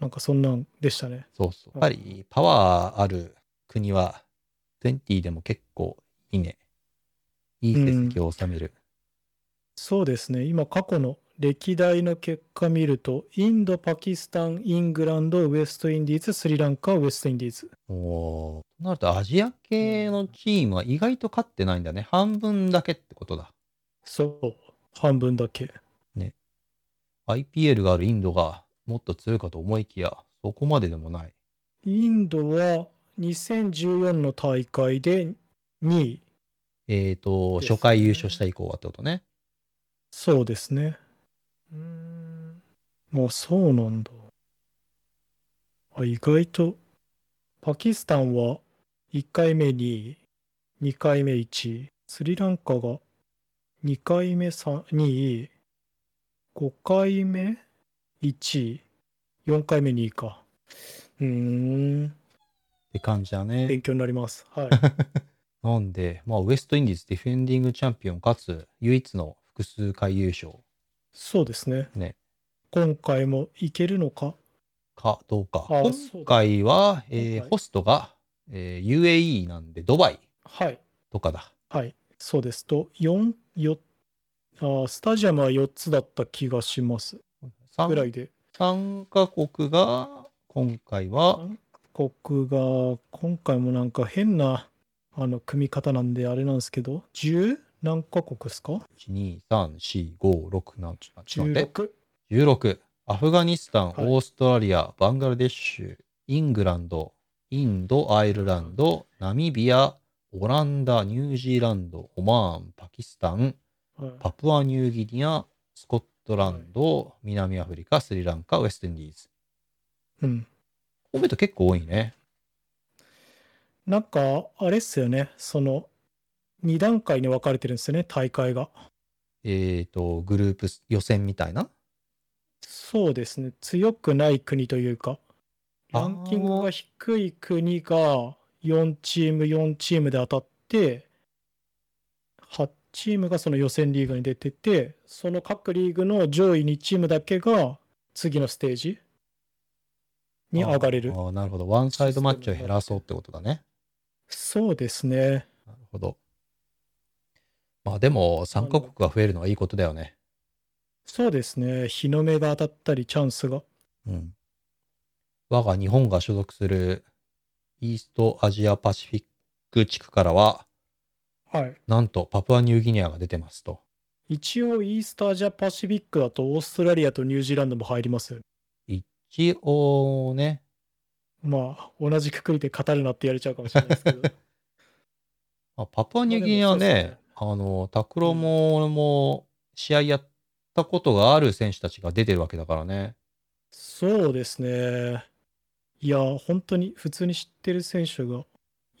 Speaker 2: なんかそんなんでしたね。
Speaker 1: そうそう。やっぱり、パワーある国は、20でも結構いいね。いい成績を収める。
Speaker 2: そうですね。今、過去の歴代の結果見ると、インド、パキスタン、イングランド、ウエストインディーズ、スリランカ、ウエストインディーズ。
Speaker 1: おーとなると、アジア系のチームは意外と勝ってないんだね。半分だけってことだ。
Speaker 2: そう。半分だけ。
Speaker 1: IPL があるインドがもっと強いかと思いきや、そこまででもない。
Speaker 2: インドは2014の大会で2位。
Speaker 1: えっ、と、
Speaker 2: ですね
Speaker 1: 初回優勝した以降はってことね。
Speaker 2: そうですね。うーん。もうそうなんだ。あ、意外と、パキスタンは1回目2位、2回目1位、スリランカが2回目3、2位、5回目1位、4回目2位か。うーん、
Speaker 1: て感じだね。
Speaker 2: 勉強になります。はい。
Speaker 1: なんで、まあ、ウエストインディーズディフェンディングチャンピオンかつ、唯一の複数回優勝
Speaker 2: そうですね。
Speaker 1: ね
Speaker 2: 今回もいけるのか
Speaker 1: かどうか。
Speaker 2: あ
Speaker 1: 今
Speaker 2: そうだ
Speaker 1: 回は、
Speaker 2: 今
Speaker 1: えー
Speaker 2: 回
Speaker 1: ホストが、えー UAE なんで、ドバイ
Speaker 2: はい。
Speaker 1: とかだ。
Speaker 2: はい。そうですと、4、4、あースタジアムは4つだった気がします。ぐら
Speaker 1: 3,
Speaker 2: いで。
Speaker 1: 3カ国が、今回は、
Speaker 2: 韓国が、今回もなんか変な、あの、組み方なんで、あれなんですけど、10? 何カ国ですか
Speaker 1: 1、2、3、4、5、6、7、ちょっと待って。
Speaker 2: 16
Speaker 1: 16アフガニスタン、
Speaker 2: はい
Speaker 1: オーストラリアバングラデシュイングランドインドアイルランドナミビアオランダニュージーランドオマーンパキスタン
Speaker 2: はい
Speaker 1: パプアニューギニアスコットランド、南アフリカスリランカウエストインディーズ
Speaker 2: うん、
Speaker 1: コメント結構多いね
Speaker 2: なんかあれっすよねその2段階に分かれてるんですよね大会が
Speaker 1: えっ、とグループ予選みたいな
Speaker 2: そうですね強くない国というか
Speaker 1: あー
Speaker 2: ランキングが低い国が4チーム4チームで当たって8チームがその予選リーグに出ててその各リーグの上位2チームだけが次のステージに上がれる
Speaker 1: あーなるほどワンサイドマッチを減らそうってことだね
Speaker 2: そうですね
Speaker 1: なるほどまあでも3カ国が増えるのはいいことだよね
Speaker 2: そうですね日の目が当たったりチャンスが
Speaker 1: うん。我が日本が所属するイーストアジアパシフィック地区からは、
Speaker 2: はい
Speaker 1: なんとパプアニューギニアが出てますと。
Speaker 2: 一応イースタージャパシフィックだとオーストラリアとニュージーランドも入りますよね。
Speaker 1: 一応ね、
Speaker 2: まあ同じくくりで語るなって言われちゃうかもしれないですけど。
Speaker 1: まあパプアニューギニアは
Speaker 2: まあでもそうで
Speaker 1: ね
Speaker 2: すね、
Speaker 1: あの、タクロも、も試合やったことがある選手たちが出てるわけだからね。
Speaker 2: そうですね。いや本当に普通に知ってる選手が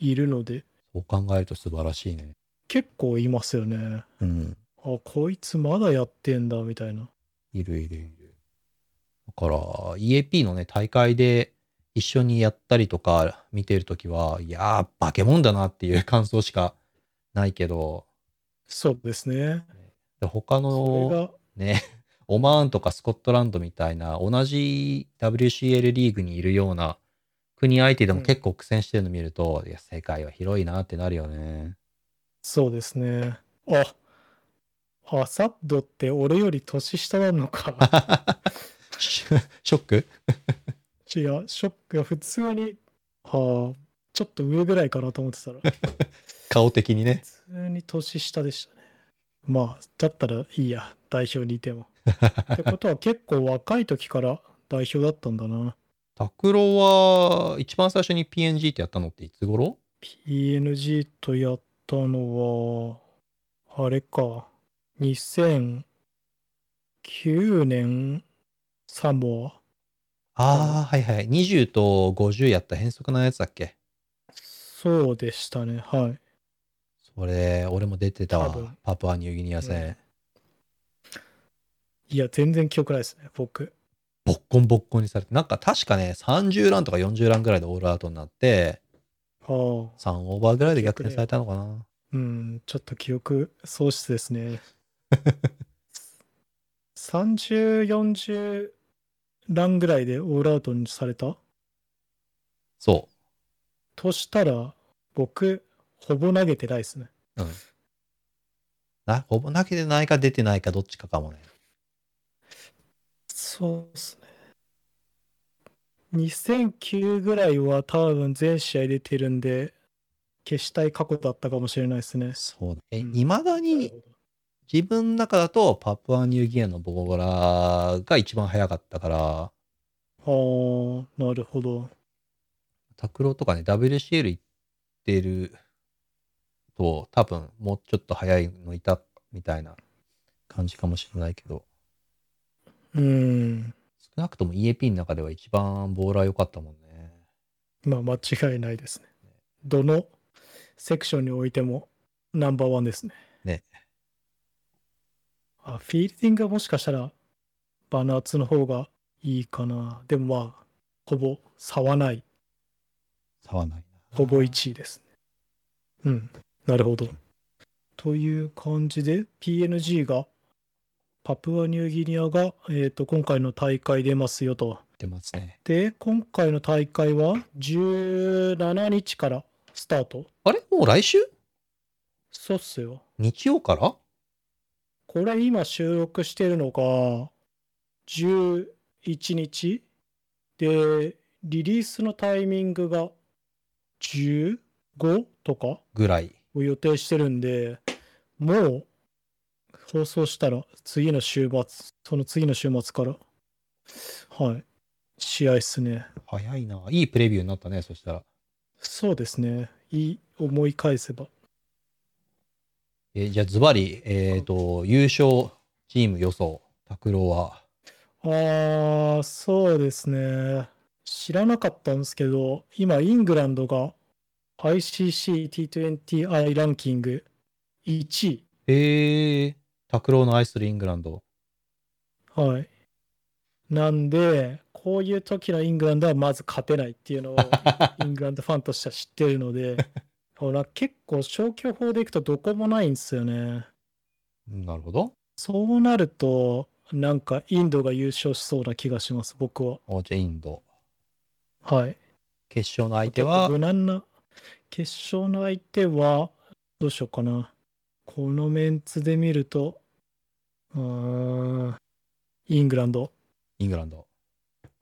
Speaker 2: いるので
Speaker 1: そう考えると素晴らしいね。
Speaker 2: 結構いますよね。
Speaker 1: うん。
Speaker 2: あこいつまだやってんだみたいな。
Speaker 1: いるいるいる。だから、EAP のね、大会で一緒にやったりとか見てるときは、いやー、化け物だなっていう 感想しかないけど、
Speaker 2: そうですね。
Speaker 1: で他
Speaker 2: それ
Speaker 1: の
Speaker 2: が
Speaker 1: ね、オマーンとかスコットランドみたいな、同じ WCL リーグにいるような国相手でも結構苦戦してるの見ると、いや、世界は広いなってなるよね。
Speaker 2: そうですね。あアサッドって俺より年下なのか。
Speaker 1: ショック
Speaker 2: 違う、ショックが普通に、はあ、ちょっと上ぐらいかなと思ってたら、普
Speaker 1: 顔的にね。
Speaker 2: 通に年下でしたね。まあ、だったらいいや、代表にいても。ってことは結構若い時から代表だったんだな。
Speaker 1: 拓郎は、一番最初に PNG ってやったのっていつ頃
Speaker 2: PNG とやったのは、あれか、2009年サモア。
Speaker 1: ああ、はいはい。20と50やった変則なやつだっけ
Speaker 2: そうでしたね、はい。
Speaker 1: それ、俺も出てた
Speaker 2: 多分
Speaker 1: わ。パプアニューギニア戦。
Speaker 2: いや、全然記憶ないですね、僕。
Speaker 1: ボッコンボッコンにされて、なんか確かね、30ランとか40ランぐらいでオールアウトになって、
Speaker 2: はあ。
Speaker 1: 3オーバーぐらいで逆転されたのかな。
Speaker 2: うん、ちょっと記憶喪失です ね。30、40ランぐらいでオールアウトにされた
Speaker 1: そ
Speaker 2: としたら、僕、ほぼ投げてないですね。
Speaker 1: う。うん。な、ほぼ投げてないか出てないかどっちかかもね。
Speaker 2: そうですね。2009ぐらいは多分全試合出てるんで、消したい過去だったかもしれないですね。
Speaker 1: そうだ。え、
Speaker 2: うん
Speaker 1: いまだに自分の中だとパプアニューギニアのボーラーが一番早かったから、
Speaker 2: はあ、なるほど。
Speaker 1: 拓郎とかね、WCL 行ってると、多分もうちょっと早いのいたみたいな感じかもしれないけど、
Speaker 2: うん。
Speaker 1: 少なくとも EAP の中では一番ボーラー良かったもんね。
Speaker 2: まあ間違いないですね。どのセクションにおいてもナンバーワンですね。あ、フィールディングはもしかしたら、バナーツの方がいいかな。でもまあ、ほぼ差はない。
Speaker 1: 差はないな。
Speaker 2: ほぼ1位ですね。うん。なるほど。という感じで、PNG が、パプアニューギニアが、えっ、と、今回の大会出ますよと。
Speaker 1: 出ますね。
Speaker 2: で、今回の大会は17日からスタート。
Speaker 1: あれもう来週
Speaker 2: そうっすよ。
Speaker 1: 日曜から
Speaker 2: これ今収録してるのが11日で、リリースのタイミングが15とか
Speaker 1: ぐらい。
Speaker 2: を予定してるんで、もう放送したら次の週末、その次の週末から、はい、試合っすね。
Speaker 1: 早いな。いいプレビューになったね、そしたら。
Speaker 2: そうですね。いい思い返せば。
Speaker 1: えーじゃあ、ズバリ、えっ、と、優勝チーム予想。拓郎は。
Speaker 2: ああ、そうですね。知らなかったんですけど、今、イングランドが ICC T20I ランキング1位。
Speaker 1: えー、拓郎の愛するイングランド。
Speaker 2: はい。なんで、こういう時のイングランドはまず勝てないっていうのを、イングランドファンとしては知ってるので、ほら、結構消去法でいくとどこもないんですよね。
Speaker 1: なるほど。
Speaker 2: そうなると、なんかインドが優勝しそうな気がします、僕は。
Speaker 1: おじゃあインド。
Speaker 2: はい。
Speaker 1: 決勝の相手は
Speaker 2: 無、難な、決勝の相手は、どうしようかな。このメンツで見ると、うーん、イングランド。
Speaker 1: イングランド。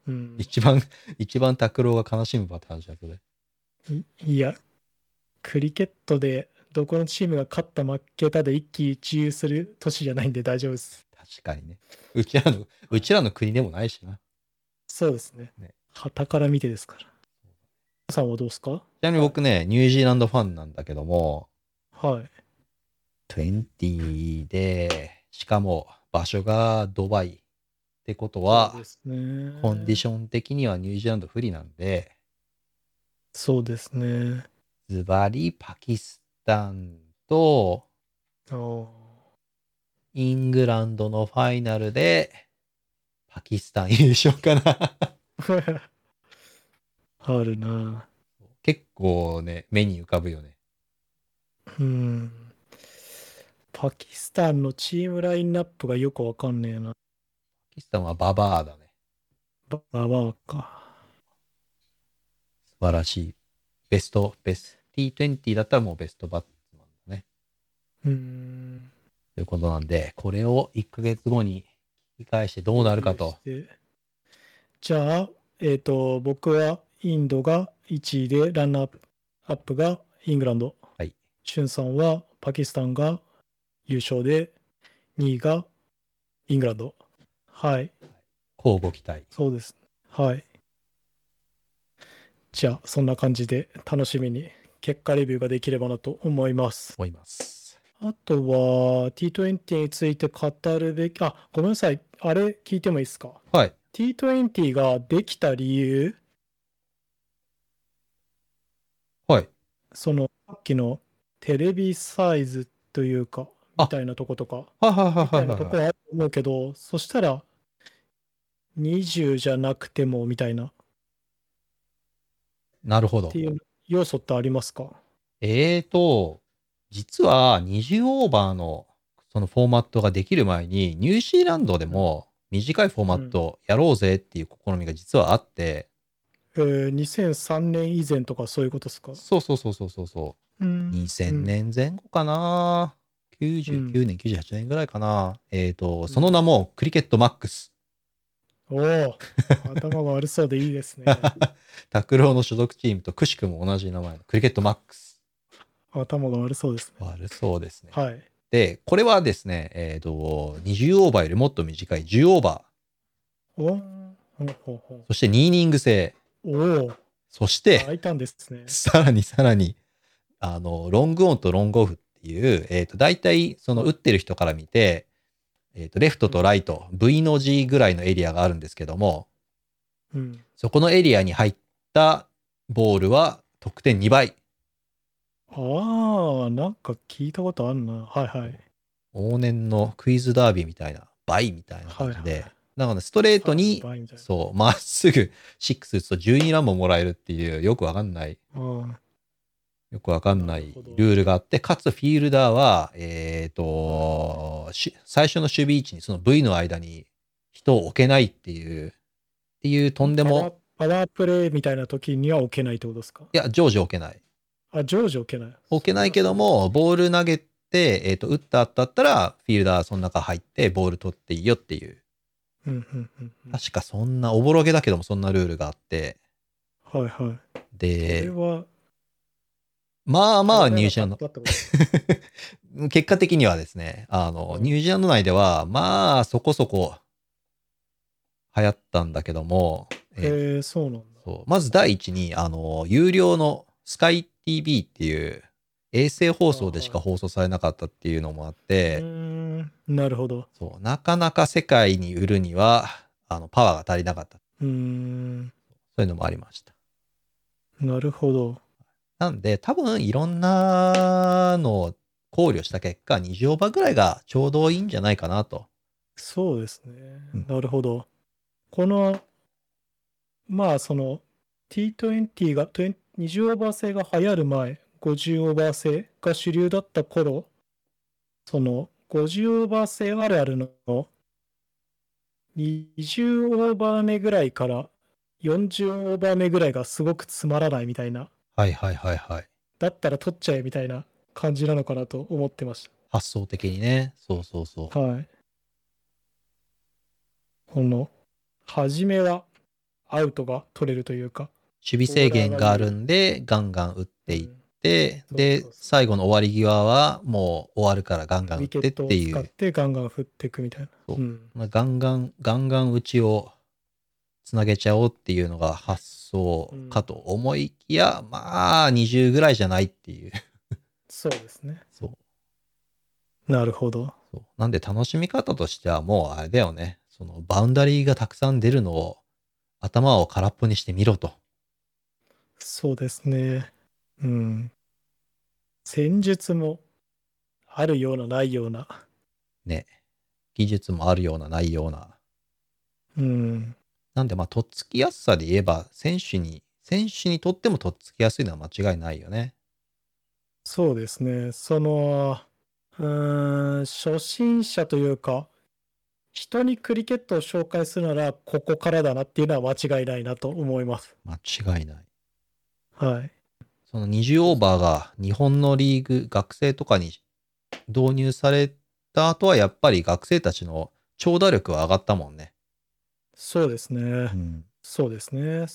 Speaker 2: うん、
Speaker 1: 一番、一番拓郎が悲しむパターンじゃん、それ。
Speaker 2: いいや、クリケットで、どこのチームが勝った負けたで一喜一憂する年じゃないんで大丈夫です。
Speaker 1: 確かにね。うちらの、うちらの国でもないしな。
Speaker 2: そうですね。
Speaker 1: ね
Speaker 2: 旗から見てですから。さんはどうですか
Speaker 1: ちなみに僕ね、ニュージーランドファンなんだけども、
Speaker 2: はい。
Speaker 1: 20で、しかも場所がドバイってことは
Speaker 2: そう、ですね
Speaker 1: コンディション的にはニュージーランド不利なんで、
Speaker 2: そうですね。
Speaker 1: ズバリパキスタンと
Speaker 2: あー
Speaker 1: イングランドのファイナルで、パキスタン優勝かな。
Speaker 2: あるな。
Speaker 1: 結構ね、目に浮かぶよね。
Speaker 2: うん。パキスタンのチームラインナップがよくわかんねえな。
Speaker 1: パキスタンはババアだね。
Speaker 2: バババアか。
Speaker 1: 素晴らしい。ベスト、ベスト、T20 だったらもうベストバッツマンだね。
Speaker 2: うん。
Speaker 1: ということなんで、これを1ヶ月後に聞き返してどうなるかと。。
Speaker 2: じゃあ、えっ、と、僕はインドが1位で、ランナーアップがイングランド。
Speaker 1: はい。
Speaker 2: チュンさんはパキスタンが優勝で、2位がイングランド。はい。
Speaker 1: 交互期待。
Speaker 2: そうです。はい。じゃあ、そんな感じで楽しみに結果レビューができればなと思います。
Speaker 1: 思います。
Speaker 2: あとは T20 について語るべき、あ、ごめんなさい。あれ聞いてもいいですか
Speaker 1: はい。
Speaker 2: ?T20 ができた理由、
Speaker 1: はい。
Speaker 2: その、さっきのテレビサイズというか、
Speaker 1: あ
Speaker 2: みたいなとことか、
Speaker 1: はいはい
Speaker 2: み
Speaker 1: は
Speaker 2: た
Speaker 1: いは
Speaker 2: いないとこ
Speaker 1: はい。
Speaker 2: はあると思うけど、そしたら、20じゃなくてもみたいな、っ
Speaker 1: なるほど
Speaker 2: て。いう要素ってありますか
Speaker 1: えーと、実は20オーバーのそのフォーマットができる前に、ニュージーランドでも短いフォーマットやろうぜっていう試みが実はあって、
Speaker 2: えー、2003年以前とかそういうことですか
Speaker 1: そうそうそうそうそうそう。
Speaker 2: うん
Speaker 1: 2000年前後かな、99年、98年ぐらいかな、えっ、と、その名もクリケットマックス。
Speaker 2: おお、頭が悪そうでいいです ね。
Speaker 1: 拓郎の所属チームとくしくも同じ名前のクリケットマックス。
Speaker 2: 頭が悪そうですね。
Speaker 1: 悪そうですね。
Speaker 2: はい。
Speaker 1: で、これはですね、えっ、と、20オーバーよりもっと短い10オーバ
Speaker 2: おほうほうほ
Speaker 1: ー、そして2イニング制、
Speaker 2: うおお、
Speaker 1: そして、
Speaker 2: 開いたんですね。
Speaker 1: さらにさらに、あの、ロングオンとロングオフっていう、えっ、と、大体、その、打ってる人から見て、えっ、と、レフトとライト、V の字ぐらいのエリアがあるんですけども、
Speaker 2: うん。
Speaker 1: そこのエリアに入ったボールは得点2倍。
Speaker 2: ああ、なんか聞いたことあるな。はいはい。
Speaker 1: 往年のクイズダービーみたいな、倍みたいな感じで、
Speaker 2: はいはい
Speaker 1: だからねストレートに、
Speaker 2: 倍みたいな
Speaker 1: そう、まっすぐ6打つと12ランももらえるっていう、よくわかんない、
Speaker 2: うん
Speaker 1: よくわかんない
Speaker 2: なるほど
Speaker 1: ルールがあって、かつフィールダーは、えっ、と、し最初の守備位置にその V の間に人を置けないっていう、っていうとんでも、
Speaker 2: パワー。パワープレイみたいな時には置けないってことですか
Speaker 1: いや、常時置けない。
Speaker 2: あ、常時置けない。
Speaker 1: 置けないけども、ボール投げて、えっ、と、打った後だったら、フィールダーその中入って、ボール取っていいよっていう。
Speaker 2: うんうんうんうん。
Speaker 1: 確かそんな、おぼろげだけども、そんなルールがあって。
Speaker 2: はいはい。これ
Speaker 1: で、
Speaker 2: は、
Speaker 1: まあまあニュージーランド、
Speaker 2: 考えなかったってことです
Speaker 1: 結果的にはですね、あの、ニュージーランド内では、まあ、そこそこ、流行ったんだけども、 えー
Speaker 2: へえ、そうなんだ。
Speaker 1: そうまず第一に、あの、有料のスカイ TV っていう、衛星放送でしか放送されなかったっていうのもあって、
Speaker 2: うーん、なるほど。
Speaker 1: そう、なかなか世界に売るには、あの、パワーが足りなかった。
Speaker 2: うーん、
Speaker 1: そういうのもありました。
Speaker 2: なるほど。
Speaker 1: なんで、多分いろんなのを考慮した結果、20オーバーぐらいがちょうどいいんじゃないかなと。
Speaker 2: そうですね
Speaker 1: うん。
Speaker 2: なるほど。この、まあその T20 が、20 20オーバー制が流行る前、50オーバー制が主流だった頃、その50オーバー制あるあるの20オーバー目ぐらいから40オーバー目ぐらいがすごくつまらないみたいな、
Speaker 1: はいはいはいはい。
Speaker 2: だったら取っちゃえみたいな感じなのかなと思ってました。
Speaker 1: 発想的にね。そうそうそう。
Speaker 2: はい。この、初めはアウトが取れるというか。
Speaker 1: 守備制限があるんで、ガンガン打っていって、
Speaker 2: うん
Speaker 1: で
Speaker 2: そうそう、そう
Speaker 1: 最後の終わり際は、もう終わるからガンガン打
Speaker 2: ウ
Speaker 1: っ
Speaker 2: ィケ
Speaker 1: て
Speaker 2: ッ
Speaker 1: っ
Speaker 2: トを
Speaker 1: てい
Speaker 2: 使っ
Speaker 1: う、
Speaker 2: てガンガン振っていくみたいな。
Speaker 1: そうんまあ、ガンガン、ガンガン打ちをつなげちゃおうっていうのが発想かと思いきや、まあ、20ぐらいじゃないっていう。
Speaker 2: そうですね。
Speaker 1: そう。
Speaker 2: なるほど。
Speaker 1: そうなんで楽しみ方としてはもうあれだよね。そのバウンダリーがたくさん出るのを頭を空っぽにしてみろと。
Speaker 2: そうですね。うん。戦術もあるようなないような。
Speaker 1: ね。技術もあるようなないような。
Speaker 2: うん。
Speaker 1: なんでまあとっつきやすさで言えば選手に、選手にとってもとっつきやすいのは間違いないよね。
Speaker 2: そうですね。その、うーん、初心者というか、人にクリケットを紹介するなら、ここからだなっていうのは間違いないなと思います。
Speaker 1: 間違いない。
Speaker 2: はい。
Speaker 1: その20オーバーが日本のリーグ、学生とかに導入された後はやっぱり学生たちの長打力は上がったもんね。
Speaker 2: そうですね
Speaker 1: う。ん。
Speaker 2: そうですね。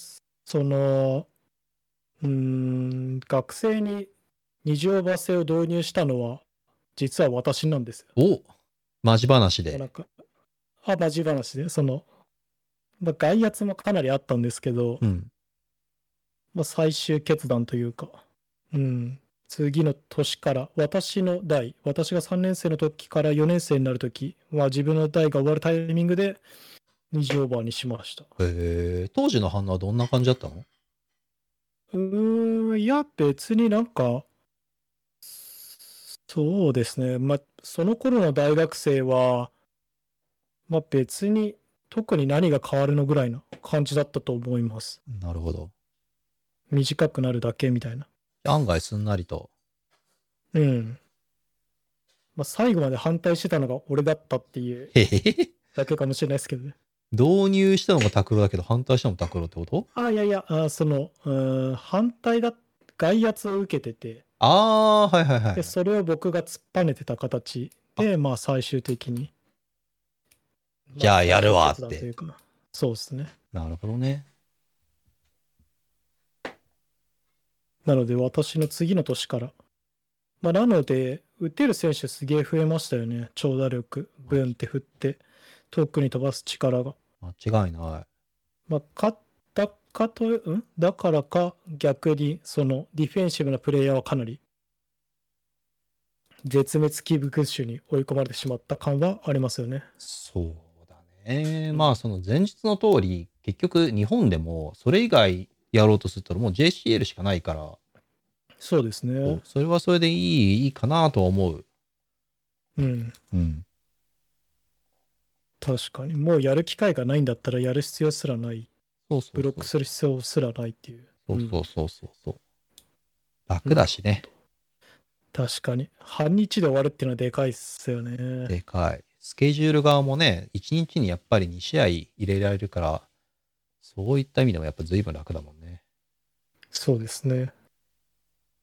Speaker 2: その、うーん、学生に二乗バスを導入したのは、実は私なんですよ。
Speaker 1: おマジ話
Speaker 2: なん
Speaker 1: で。
Speaker 2: か、あ、まじ話で、その、まあ、外圧もかなりあったんですけど、
Speaker 1: うん。
Speaker 2: まあ、最終決断というか、うん、次の年から、私の代、私が3年生の時から4年生になる時は、自分の代が終わるタイミングで、二乗バーにしました。
Speaker 1: へえ、当時の反応はどんな感じだったの
Speaker 2: うーん、いや、別になんか、そうですね。まあ、その頃の大学生は、まあ別に特に何が変わるのぐらいな感じだったと思います。
Speaker 1: なるほど。
Speaker 2: 短くなるだけみたいな。
Speaker 1: 案外すんなりと。
Speaker 2: うん。まあ最後まで反対してたのが俺だったっていう
Speaker 1: へへへ。
Speaker 2: だけかもしれないですけどね。
Speaker 1: 導入したのが拓郎だけど、反対したのも拓郎ってこと
Speaker 2: あ、いやいや、あその、うーん、反対だ、外圧を受けてて、
Speaker 1: ああ、はいはいはい
Speaker 2: で、。それを僕が突っぱねてた形で、まあ最終的に。
Speaker 1: じゃあ
Speaker 2: ま
Speaker 1: やるわって
Speaker 2: 決断というかそうですね。
Speaker 1: なるほどね。
Speaker 2: なので私の次の年から。まあなので、打てる選手すげえ増えましたよね。長打力、ブンって振って、遠くに飛ばす力が。
Speaker 1: 間違いない。
Speaker 2: まあ、かだかと、うんだからか逆に、そのディフェンシブなプレイヤーはかなり、絶滅危惧種に追い込まれてしまった感はありますよね。
Speaker 1: そうだね。まあ、その前日の通り、結局日本でもそれ以外やろうとするともう JCL しかないから、
Speaker 2: そうですね。
Speaker 1: それはそれでいいいいかなとは思う。
Speaker 2: うん。
Speaker 1: うん。
Speaker 2: 確かに。もうやる機会がないんだったらやる必要すらない。
Speaker 1: そうそうそう
Speaker 2: ブロックする必要すらないっていう。
Speaker 1: そうそうそうそうそう。楽だしね。
Speaker 2: 確かに。半日で終わるっていうのはでかいっすよね。
Speaker 1: でかい。スケジュール側もね、1日にやっぱり2試合入れられるから、そういった意味でもやっぱ随分楽だもんね。
Speaker 2: そうですね。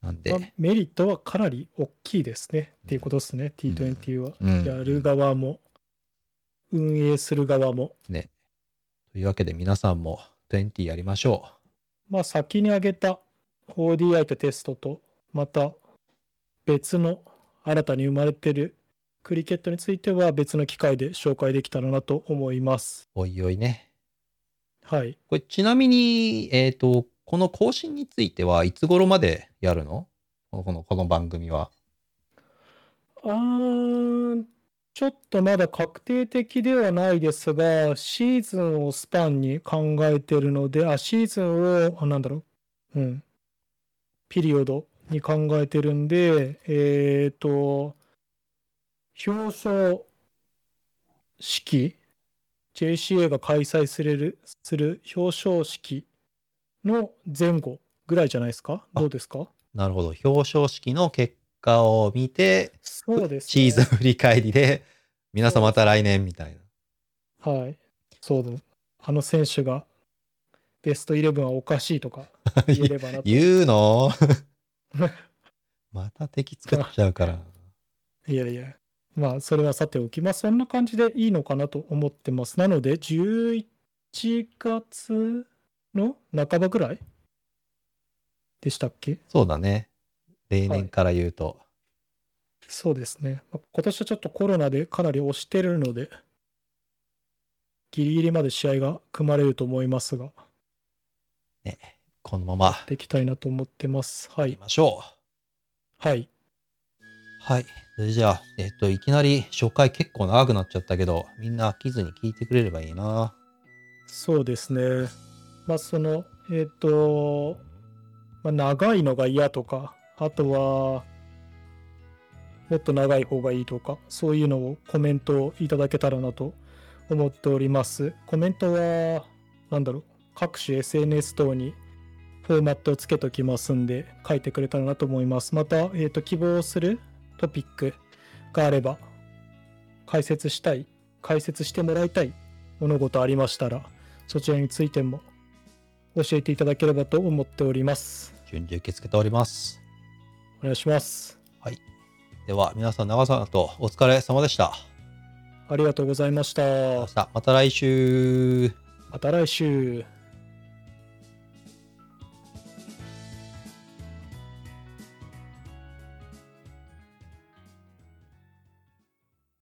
Speaker 1: なん
Speaker 2: まあ
Speaker 1: で、
Speaker 2: メリットはかなり大きいですね。っていうことですね。T20 は。
Speaker 1: うん。
Speaker 2: やる側も、運営する側も。
Speaker 1: というわけで皆さんも20やりましょ
Speaker 2: まあ先に挙げた ODI とテストと、また別の新たに生まれてるクリケットについては別の機会で紹介できたらなと思います。
Speaker 1: う。おいおいね。
Speaker 2: はい。
Speaker 1: これちなみに、えっ、と、この更新についてはいつ頃までやるのこのこのこの番組は。
Speaker 2: あーちょっとまだ確定的ではないですが、シーズンをスパンに考えてるので、あ、シーズンを、あなんだろう、うん、ピリオドに考えてるんで、えっ、と、表彰式、JCA が開催するする表彰式の前後ぐらいじゃないですか
Speaker 1: あ
Speaker 2: どうですか
Speaker 1: なるほど。表彰式の結果を見て、
Speaker 2: そうです、
Speaker 1: シーズン。振り返りで、皆さんまた来年みたいな。
Speaker 2: はい。そうだ。あの選手がベストイレブンはおかしいとか言えればなと
Speaker 1: 言う のまた敵作っちゃうから。
Speaker 2: いやいや。まあ、それはさておき、まあ、そんな感じでいいのかなと思ってます。なので、11月の半ばぐらいでしたっけ
Speaker 1: そうだね。例年から言うと。
Speaker 2: そうですね。まあ今年はちょっとコロナでかなり押してるので、ギリギリまで試合が組まれると思いますが、
Speaker 1: このまま
Speaker 2: できたいなと思ってます。はい
Speaker 1: き
Speaker 2: い。
Speaker 1: ましょ
Speaker 2: はい。
Speaker 1: う。はい。それじゃあ、えっと、いきなり初回結構長くなっちゃったけど、みんな飽きずに聞いてくれればいいな。
Speaker 2: そうですね。まあそのえっ、と、まあ、長いのが嫌とかあとはもっと長い方がいいとかそういうのをコメントをいただけたらなと思っております。コメントはなんだろう各種 SNS 等にフォーマットをつけときますんで書いてくれたらなと思います。また、えっと希望するトピックがあれば解説したい解説してもらいたい物事ありましたらそちらについても教えていただければと思っております。
Speaker 1: 順次受け付けております。
Speaker 2: お願いします。
Speaker 1: では、皆さん長さとお疲れ様でした。
Speaker 2: ありがとうございました。
Speaker 1: また来週。
Speaker 2: また来週。